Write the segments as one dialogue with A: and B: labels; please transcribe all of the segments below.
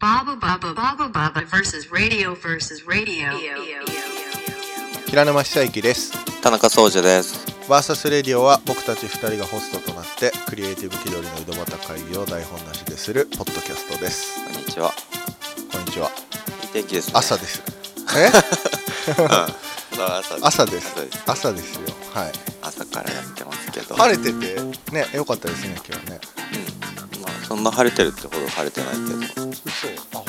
A: Baba Baba Baba Baba versus radio versus radio.
B: 平沼久之です
C: 田中総司です。
B: バーサスレディオは僕たち2人がホストとなってクリエイティブ気取りの井戸端会議を台本なしでするポッドキャストです
C: こんにちは。
B: こんにちはい
C: い天気です、ね。
B: 朝
C: す。
B: ですえ
C: うん、朝です。
B: 朝です
C: 朝です
B: 朝ですよはい
C: 朝からやってますけど。
B: 晴れててね良かったですね今日ね
C: うん。まあそんな晴れてるってほど晴れてないけど。
B: 嘘あ本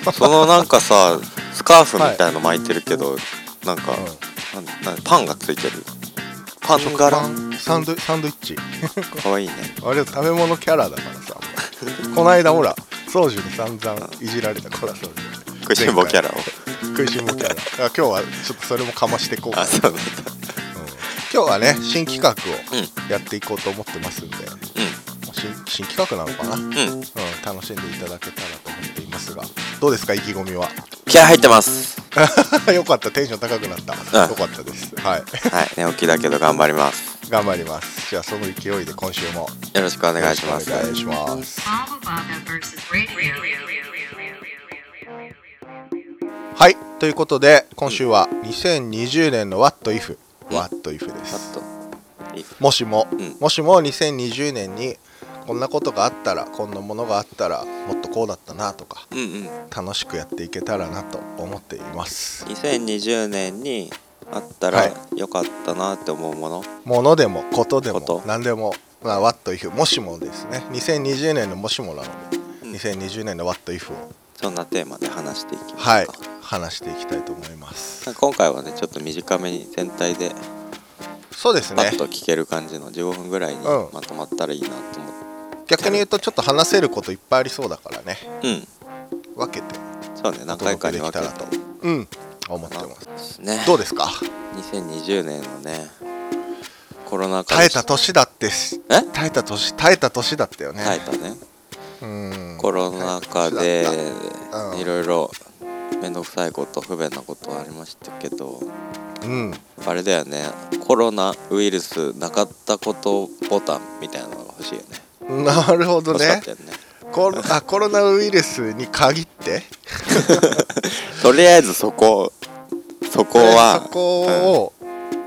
B: 当だ
C: そのなんかさ、 スカーフみたいの巻いてるけど、なんか、なんなんパンがついてる。パン
B: パ
C: 柄。
B: ンサンドサンドイッチ
C: 可愛いね。
B: あれ食べ物キャラだからさこないだほら宗樹に散々いじられたからそう
C: 食いしん坊キャラを。
B: 食いしん坊キャラだから今日はちょっとそれもかましていこうか
C: あ、
B: な
C: そうだっ
B: うん今日はね新企画
C: た。うん。
B: をやっていこうと思ってますんで新新企画なのかな、うん、
C: うん。うん。
B: 楽しんでいただけたらと思っていますがどうですか意気込みは
C: 気合入ってます。
B: よかったテンション高くなった、
C: うん
B: よかったですはい
C: はい。寝起きだけど頑張ります。
B: 頑張りますじゃあその勢いで今週も
C: よろしくお願いします。
B: お願いします
A: Baba Baba versus radio.
B: はいということで今週は2020年の What If What If で
C: あ
B: す
C: と。いい
B: もしも、
C: ん
B: もしも2020年にこんなことがあったらこんなものがあったらもっとこうだったなとか
C: うんうん。
B: 楽しくやっていけたらなと思っています
C: 2020年にあった
B: は
C: ら
B: い
C: 良かったなって思うもの、
B: ものでもことでも
C: こと
B: 何でもまあ What if もしもですね2020年のもしもなので、
C: うん
B: 2020年の What if を
C: そんなテーマで話していきますか、
B: はい話していきたいと思います
C: なんか今回はねちょっと短めに全体で
B: そうです
C: パ
B: ね
C: ッと聞ける感じの15分ぐらいに
B: うん
C: まとまったらいいなと思って
B: 逆に言うとちょっと話せることいっぱいありそうだからね
C: うん、
B: 分けて
C: そうね
B: お
C: 何回
B: 届
C: か
B: け
C: に
B: で
C: 分
B: き
C: け
B: た
C: て
B: らとうん思ってます
C: ますね
B: どうですか
C: 2020年のねコロナ禍
B: 耐えた年だってし
C: え
B: 耐えた年耐えた年だったよね、
C: 耐えたね
B: うん
C: コロナ禍で
B: 耐えたうん
C: いろいろ面倒くさいこと不便なことはありましたけど
B: たうん
C: あれだよねコロナウイルスなかったことボタンみたいなのが欲しいよね
B: なるほど
C: 欲しかっ
B: ね
C: たよね
B: コロあコロナウイルスに限って
C: とりあえずそこそこは
B: そこを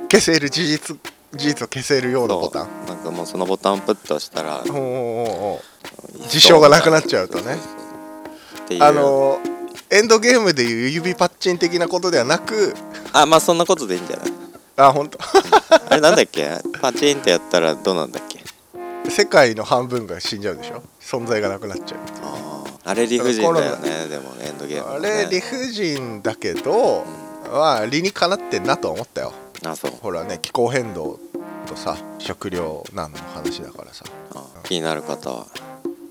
B: 消せる事実事実を消せるようなボタン
C: ンなんかもうそのボタンプッとしたら
B: おうおうおう事象がなくなっちゃうとね
C: そうそうそうっていう
B: あのエンドゲームでいう指パッチン的なことではなく
C: あまあそんなことでいいんじゃない
B: あ本当
C: あれなんだっけパチンってやったらどうなんだっけ
B: 世界の半分が死んじゃうでしょ存在がなくなっちゃう
C: あーあれ理不尽だよねでもねエンドゲーム
B: あ
C: のね
B: れ理不尽だけど、まあ理にかなってんなとは思ったよ
C: あそう
B: ほらね気候変動とさ食料難の話だからさ
C: あ気になる方は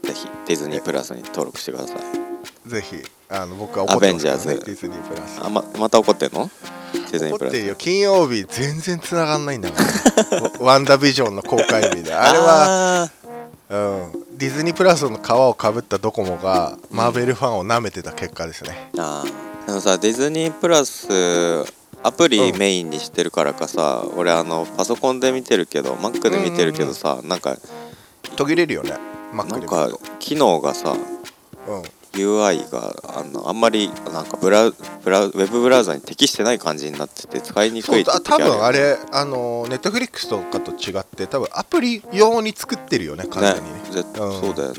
C: ぜひディズニープラスに登録してください
B: ぜひあの僕は怒ってますからね
C: アベンジャーズ
B: ディズニープラス
C: あままた怒ってんのディズニ
B: 怒
C: ープ
B: っ
C: ラス
B: てるよ金曜日全然つながんないんだ からワンダービジョンの公開日で あれは
C: は
B: うん、ディズニープラスの皮をかぶったドコモがマーベルファンを舐めてた結果ですね
C: あーでもさディズニープラスアプリメインにしてるからかさ、俺あのパソコンで見てるけど Mac で見てるけどさ、なんか
B: 途切れるよねマッ
C: な
B: ク
C: ん
B: で
C: か機能がさ
B: うん
C: UI があのあんまりなんかブラウブラウウェブブラウザに適してない感じになってて使いにく
B: そ
C: いうって
B: だ
C: 時
B: 多
C: ある
B: 分
C: よ
B: あ
C: ね
B: れあのネットフリックスとかと違って多分アプリ用に作ってるよね完全にね
C: ね絶対
B: うん
C: そうだよね、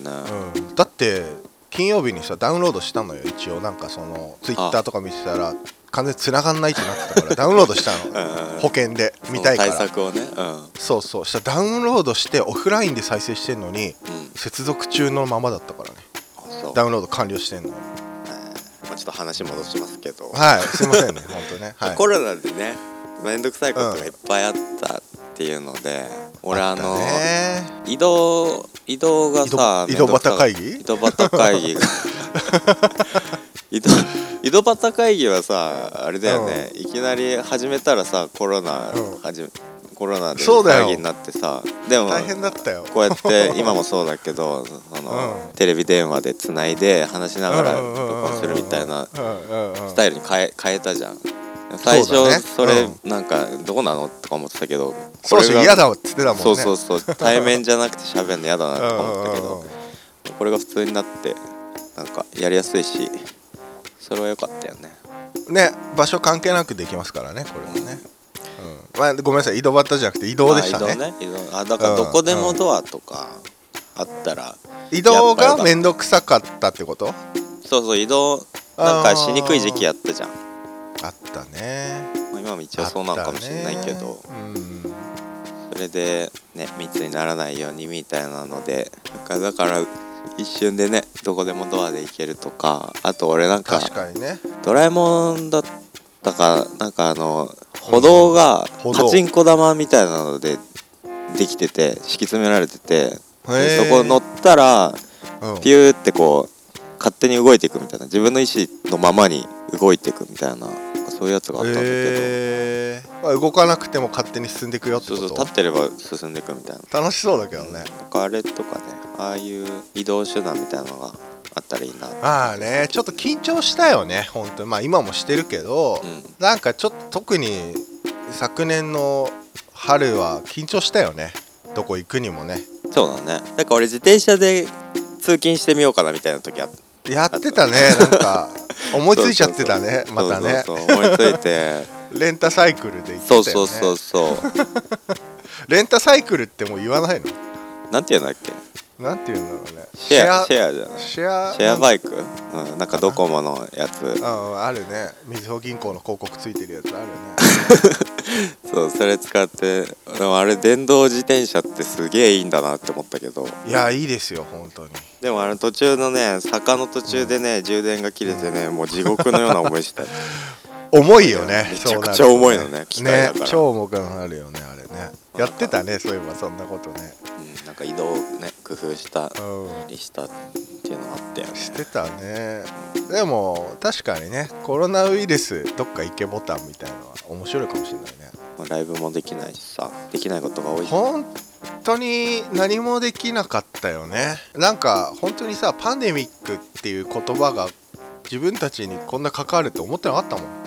B: うん、だって金曜日にさダウンロードしたのよ一応なんかそのツイッターとか見てたら完全に繋がんないってなってたからダウンロードした
C: うんう
B: の
C: ん
B: 保険で見たいか
C: その
B: ら
C: 対策をねうん
B: そうそうしたらダウンロードしてオフラインで再生してんのに
C: うん
B: 接続中のままだったからね
C: そう
B: ダウンロード完了してんの
C: まあ、ちょっと話戻しますけど、
B: はいすいませ んね本当ねはい
C: コロナでねめんどくさいことがいっぱいあったっていうので、俺あの
B: ね
C: 移動移動がさ
B: 井戸
C: めんどくさか
B: 井戸端会議
C: 井戸端 会議が井戸井戸端会議はさあれだよね、いきなり始めたらさコロナ、
B: うん
C: はじめコロナで
B: そうだよ
C: 会議になってさでも
B: 大変だったよ
C: こうやって今もそうだけどその、
B: うん
C: テレビ電話でつないで話しながら
B: うんうんうんうん
C: 録音するみたいな
B: うんうんうん
C: スタイルに変え変えたじゃん最
B: そうだね
C: 初それ
B: う
C: なんかどうなのとか思ってたけど
B: そう
C: これ
B: そう
C: が
B: 嫌だっつってたもんね
C: そうそうそう対面じゃなくて喋るの嫌だなとか思ってたけ
B: うんうんうん
C: どこれが普通になってなんかやりやすいしそれは良かったよね
B: ね場所関係なくできますからねこれもね、うんまあ、ごめんなさい井戸端じゃなくて移動でしたね,、
C: あ移動ね移動あだからどこでもドアとかあったら、
B: 移動が面倒くさかったってこと
C: そうそう移動なんかしにくい時期やったじゃん
B: あったね
C: まあ今も一応そうなのかもしれないけ
B: あ
C: ど、
B: ったねうん
C: それでね密にならないようにみたいなのでなんかだから一瞬でねどこでもドアで行けるとかあと俺なんか
B: 確かにね
C: ドラえもんだったかなんかあの歩道が
B: 歩道
C: パチンコ玉みたいなのでできてて敷き詰められててで
B: へ
C: そ
B: ー
C: こ乗ったら
B: うん
C: ピューってこう勝手に動いていくみたいな自分の意思のままに動いていくみたいなそういうやつがあったんだけど、
B: へーあ動かなくても勝手に進んでいくよって
C: そ
B: こ
C: う
B: と
C: そう立ってれば進んでいくみたいな。
B: 楽しそうだけどね
C: とかあれとかねああいう移動手段みたいなのがあったらいいな
B: まあねちょっと緊張したよね本当にまあ今もしてるけど、
C: うん
B: なんかちょっと特に昨年の春は緊張したよねどこ行くにもね
C: そうだねなんか俺自転車で通勤してみようかなみたいな時あっ
B: やってた ねなんか思いついちゃってたねまたね
C: そうそうそう思いつい て
B: レンタサイクルで行ってた
C: そ
B: よ、
C: う
B: ね、
C: そうそうそう
B: レンタサイクルってもう言わないの
C: なんていうんだっけ
B: なんて言うんだろうね
C: シェアシェアじゃないシ
B: シェア
C: ェアバイク、うん、なんかドコモのやつ
B: うんあるねみずほ銀行の広告ついてるやつあるね
C: そうそれ使ってでもあれ電動自転車ってすげえいいんだなって思ったけど
B: いやいいですよ本当に
C: でもあの途中のね坂の途中でね、充電が切れてねもう地獄のような思いした
B: 重いよね
C: めち
B: そ
C: ゃ
B: うな
C: く
B: る
C: ちゃ
B: と
C: 重いのね機械だ
B: ね
C: から
B: 超重くなるよねあれねやってたねそういえばそんなことね
C: うん、なんか移動をね工夫した
B: う
C: りしたっていうのがあったよね
B: んしてたねでも確かにねコロナウイルスどっか行けボタンみたいなのは面白いかもしれないね
C: まあライブもできないしさできないことが多いし
B: 本当に何もできなかったよねなんか本当にさパンデミックっていう言葉が自分たちにこんな関わるって思ってなかったもん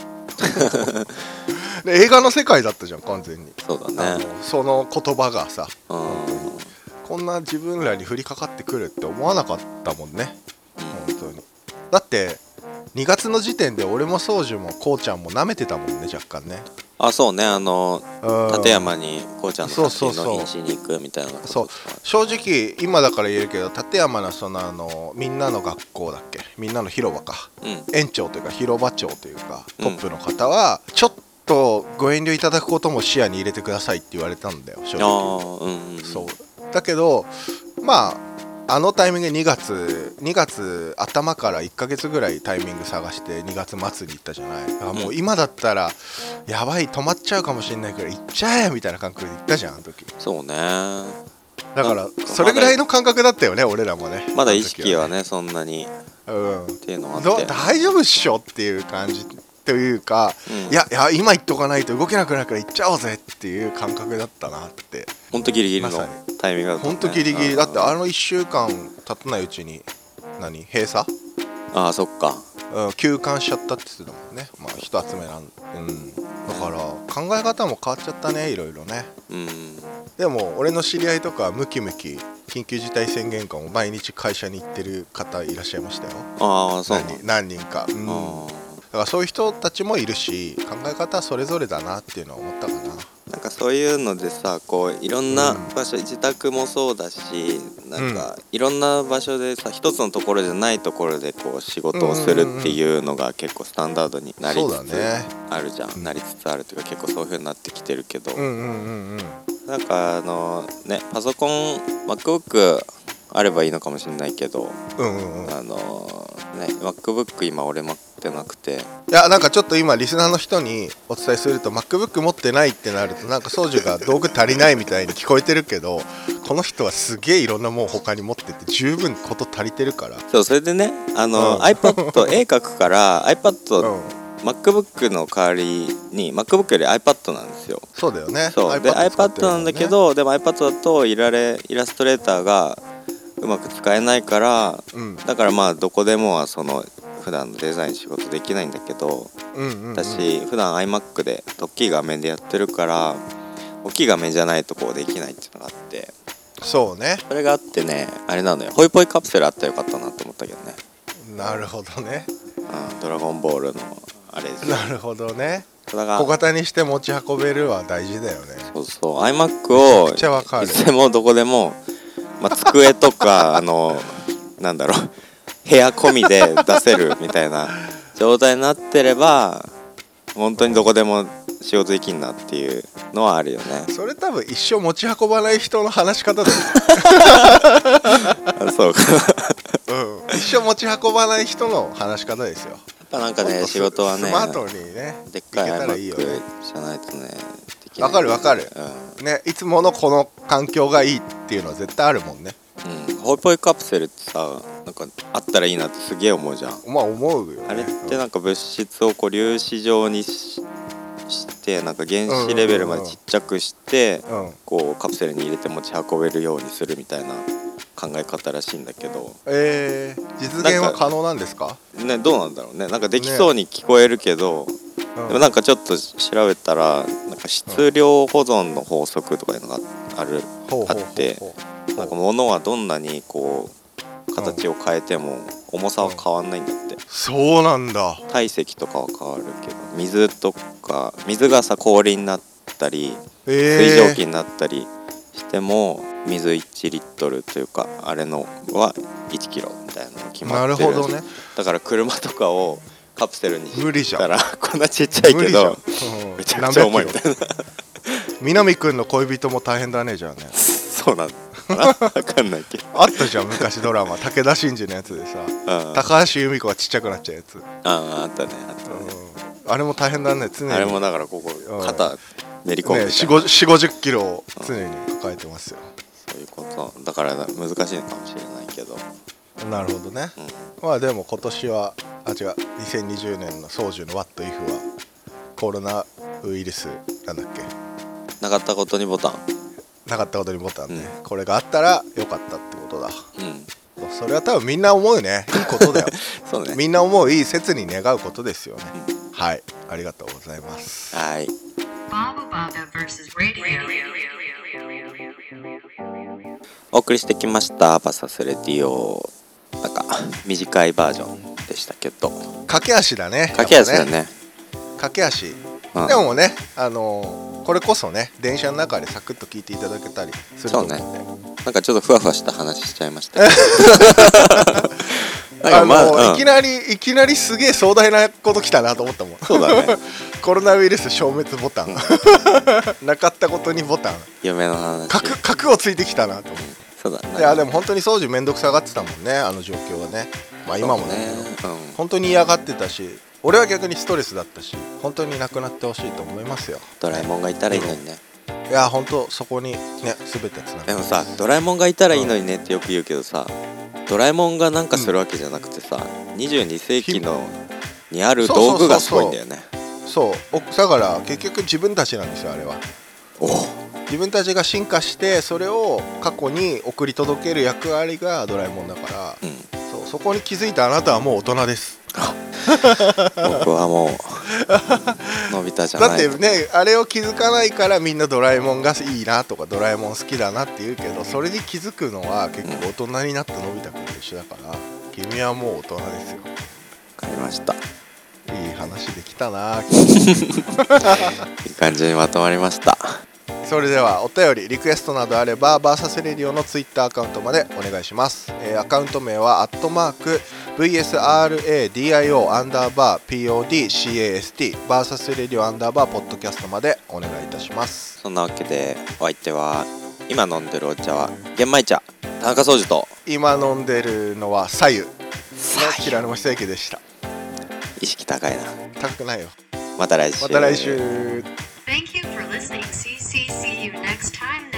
B: で映画の世界だったじゃん完全に、
C: そう
B: あ
C: だね
B: のその言葉がさ
C: うん
B: こんな自分らに降りかかってくるって思わなかったもんね
C: う
B: 本当にだって2月の時点で俺も宗樹もこうちゃんも舐めてたもんね若干ね
C: あそうねあの
B: うん
C: 立山にこうちゃんの
B: そう
C: 作
B: そう
C: 品
B: そう
C: 納品しに行くみたいなこと
B: そう正直今だから言えるけど立山のそのあのみんなの学校だっけみんなの広場か
C: うん
B: 園長というか広場長というか
C: うん
B: トップの方は、ちょっとご遠慮いただくことも視野に入れてくださいって言われたんだよ正
C: あ
B: 直
C: あうんうん
B: そうだけどまああのタイミングで2月2月頭から1ヶ月ぐらいタイミング探して2月末に行ったじゃないだからもう今だったらやばい止まっちゃうかもしれないから行っちゃえみたいな感覚で行ったじゃんあの時
C: そうね
B: だからそれぐらいの感覚だったよね俺らもね
C: まだ意識はねそんなにっ
B: あの時はね
C: ていうの
B: う
C: があ
B: ん
C: っ
B: ど
C: て
B: 大丈夫っしょっていう感じというか、
C: う
B: い
C: ん
B: やいや今行っとかないと動けなくなるから行っちゃおうぜっていう感覚だったなって
C: ほんとギリギリの
B: まさ
C: タイミングだったね
B: ほんとギリギリだってあ
C: る
B: の1週間経たないうちに何閉鎖、
C: ああそっか
B: うん、休館しちゃったって言ってたもんねまあ人集めなんうんだから考え方も変わっちゃったねいろいろね
C: うん
B: でも俺の知り合いとかムキムキ緊急事態宣言下も毎日会社に行ってる方いらっしゃいましたよ
C: ああそうなんだ
B: 何人何人か、うん、だ
C: ああ
B: からそういう人たちもいるし考え方はそれぞれだなっていうのは思ったかな
C: なんかそういうのでさこういろんな場所、自宅もそうだしなんかいろんな場所でさ一つのところじゃないところでこう仕事をするっていうのが結構スタンダードになり
B: そうだ
C: つつ
B: ね
C: あるじゃん、なりつつあるというか結構そういう風になってきてるけど、
B: うんうんうんうん
C: なんかあのねパソコン MacBook あればいいのかもしれないけど、
B: うんうんうんい
C: あのね MacBook 今俺持ってなくて
B: やなんかちょっと今リスナーの人にお伝えすると MacBook 持ってないってなるとなんか宗樹が道具足りないみたいに聞こえてるけどこの人はすげえいろんなもん他に持ってて十分こと足りてるから
C: そうそれでねあの、
B: うん
C: iPad 絵描くから iPad、
B: うん
C: MacBook の代わりに MacBook より iPad なんですよ
B: そうだよね
C: そうで
B: iPad 使って
C: iPad
B: るも
C: なんだけどでも iPad だといられイラストレーターがうまく使えないから
B: うん
C: だからまあどこでもはその普段のデザイン仕事できないんだけど
B: うんうんうん
C: 私普段 iMac で大きい画面でやってるから大きい画面じゃないとこうできないっていうのがあって
B: そうね
C: それがあってねあれなのよホイポイカプセルあったらよかったなと思ったけどね
B: なるほどね
C: うんドラゴンボールのあれですよ
B: なるほどね
C: だから
B: 小型にして持ち運べるは大事だよね
C: そうそう iMac を
B: めっちゃわかる
C: いつでもどこでも、まあ、机と かあのなんだろう部屋込みで出せるみたいな状態になってれば本当にどこでも仕事できんなっていうのはあるよね
B: それ多分一生持ち運ばない人の話し方だよ、
C: あそうかや
B: うん、一生持ち運ばない人の話し方ですよ
C: っぱなんかね 仕事はね
B: スマートにね
C: で
B: い
C: っか
B: け
C: い
B: たらいいよ
C: iMac
B: ね
C: じゃないとねできない
B: わかるわかる
C: うん
B: ねいつものこの環境がいいっていうのは絶対あるもんね
C: うん、ホイポイカプセルってさなんかあったらいいなってすげえ思うじゃん
B: まあ思うよ、ね、
C: あれってなんか物質をこう粒子状にししてなんか原子レベルまでちっちゃくして
B: うん
C: こうカプセルに入れて持ち運べるようにするみたいな考え方らしいんだけど、
B: えー、実現は可能なんですか
C: ね、どうなんだろうねなんかできそうに聞こえるけど、でもなんかちょっと調べたらなんか質量保存の法則とかいうのがある
B: ほうほうほうほう
C: あってなんか物はどんなにこう形を変えても重さは変わんないんだって。
B: そうなんだ
C: 体積とかは変わるけど水とか水がさ氷になったり
B: え
C: 水蒸
B: ー、
C: 気になったりしても、水1リットルというかあれのは1キロみたいなのが決ま
B: な
C: ってる
B: る
C: ら
B: ほ
C: しい
B: どね
C: だから車とかをカプセルに
B: 無理
C: し
B: じ
C: た
B: ゃん
C: らこんなちっちゃい
B: 無
C: け
B: 理じゃん、
C: ど
B: うん
C: めちゃくちゃ重いみたいな
B: 南くんの恋人も大変だねじゃあね
C: そうなのかなわかんない けど、
B: あったじゃん昔ドラマ武田真治のやつでさ
C: うん、あ
B: 高橋由美子がちっちゃくなっちゃうやつ、
C: ああったねあったね、
B: うん、あれも大変だね常に
C: あれもだからここ肩練り込む
B: ね
C: みた
B: 4
C: いな、
B: 5 0キロを常に抱えてますよ
C: そういうことだから難しいのかもしれないけど、
B: なるほどね
C: うん、
B: まあでも今年はあ違う2020年の総寿の「What If」はコロナウイルスなんだっけ
C: なかったことにボタン
B: なかったことにボタンね、これがあったらよかったってことだ
C: うん
B: それは多分みんな思うねいいことだよ
C: そうね
B: みんな思ういい切に願うことですよねはいありがとうございます
C: はい。
A: Baba Baba versus radio.
C: お送りしてきました「バサスレディオ」なんか短いバージョンでしたけど
B: 駆け足だね
C: 駆け足だ
B: やっぱ
C: ね
B: 駆け足
C: うん
B: でもねあのーこれこそね電車の中でサクッと聞いていただけたりすると思うんで
C: なんかちょっとふわふわした話しちゃいましたなん
B: あ
C: か
B: の
C: まあ、うん
B: いきなりいきなりすげえ壮大なこと来たなと思ったもん
C: そうだね
B: コロナウイルス消滅ボタン なかったことにボタン
C: 夢の話
B: 角角をついてきたなと思って
C: そうだね
B: いやでも本当に掃除めんどくさがってたもんねあの状況はねまあ今もね
C: そうねうん
B: 本当に嫌がってたし俺は逆にストレスだったし本当になくなってほしいと思いますよ
C: ドラえもんがいたらいいのにね
B: いや本当そこにね全てつなが
C: で
B: る
C: もさドラえもんがいたらいいのにねってよく言うけどさドラえもんがなんかするわけじゃなくてさ22世紀のにある道具がすごいんだよね
B: そうおだから結局自分たちなんですよあれは
C: おお
B: 自分たちが進化してそれを過去に送り届ける役割がドラえもんだから、
C: うん
B: そうそこに気づいたあなたはもう大人です
C: 僕はもうのび太じゃ
B: だ
C: な
B: っ
C: い
B: てねあれを気づかないからみんなドラえもんがいいなとかドラえもん好きだなって言うけどそれに気づくのは結局大人になったのび太くんと一緒だから君はもう大人ですよ
C: わかりましたい
B: いい話できたな
C: い感じにまとまりました
B: それではお便りリクエストなどあればバーサスレディオのツイッターアカウントまでお願いします、えーアカウント名はアットマーク VSRADIO アンダーバー PODCAST バーサスレディオアンダーバーポッドキャストまでお願いいたします
C: そんなわけでお相手は今飲んでるお茶は玄米茶田中掃除と
B: 今飲んでるのは左右の平沼正輝でした
C: 意識高いな
B: 高くないよ
C: また来週
B: また来週
A: Thank you for listening. CCC you next time.